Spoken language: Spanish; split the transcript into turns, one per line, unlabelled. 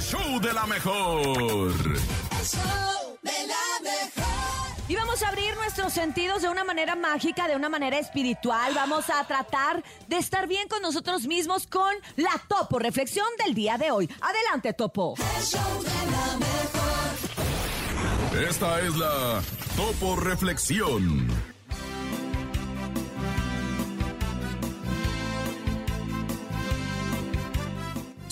show de la mejor.
Y vamos a abrir nuestros sentidos de una manera mágica, de una manera espiritual. Vamos a tratar de estar bien con nosotros mismos con la Topo, reflexión del día de hoy. Adelante, Topo.
Esta es la Topo Reflexión.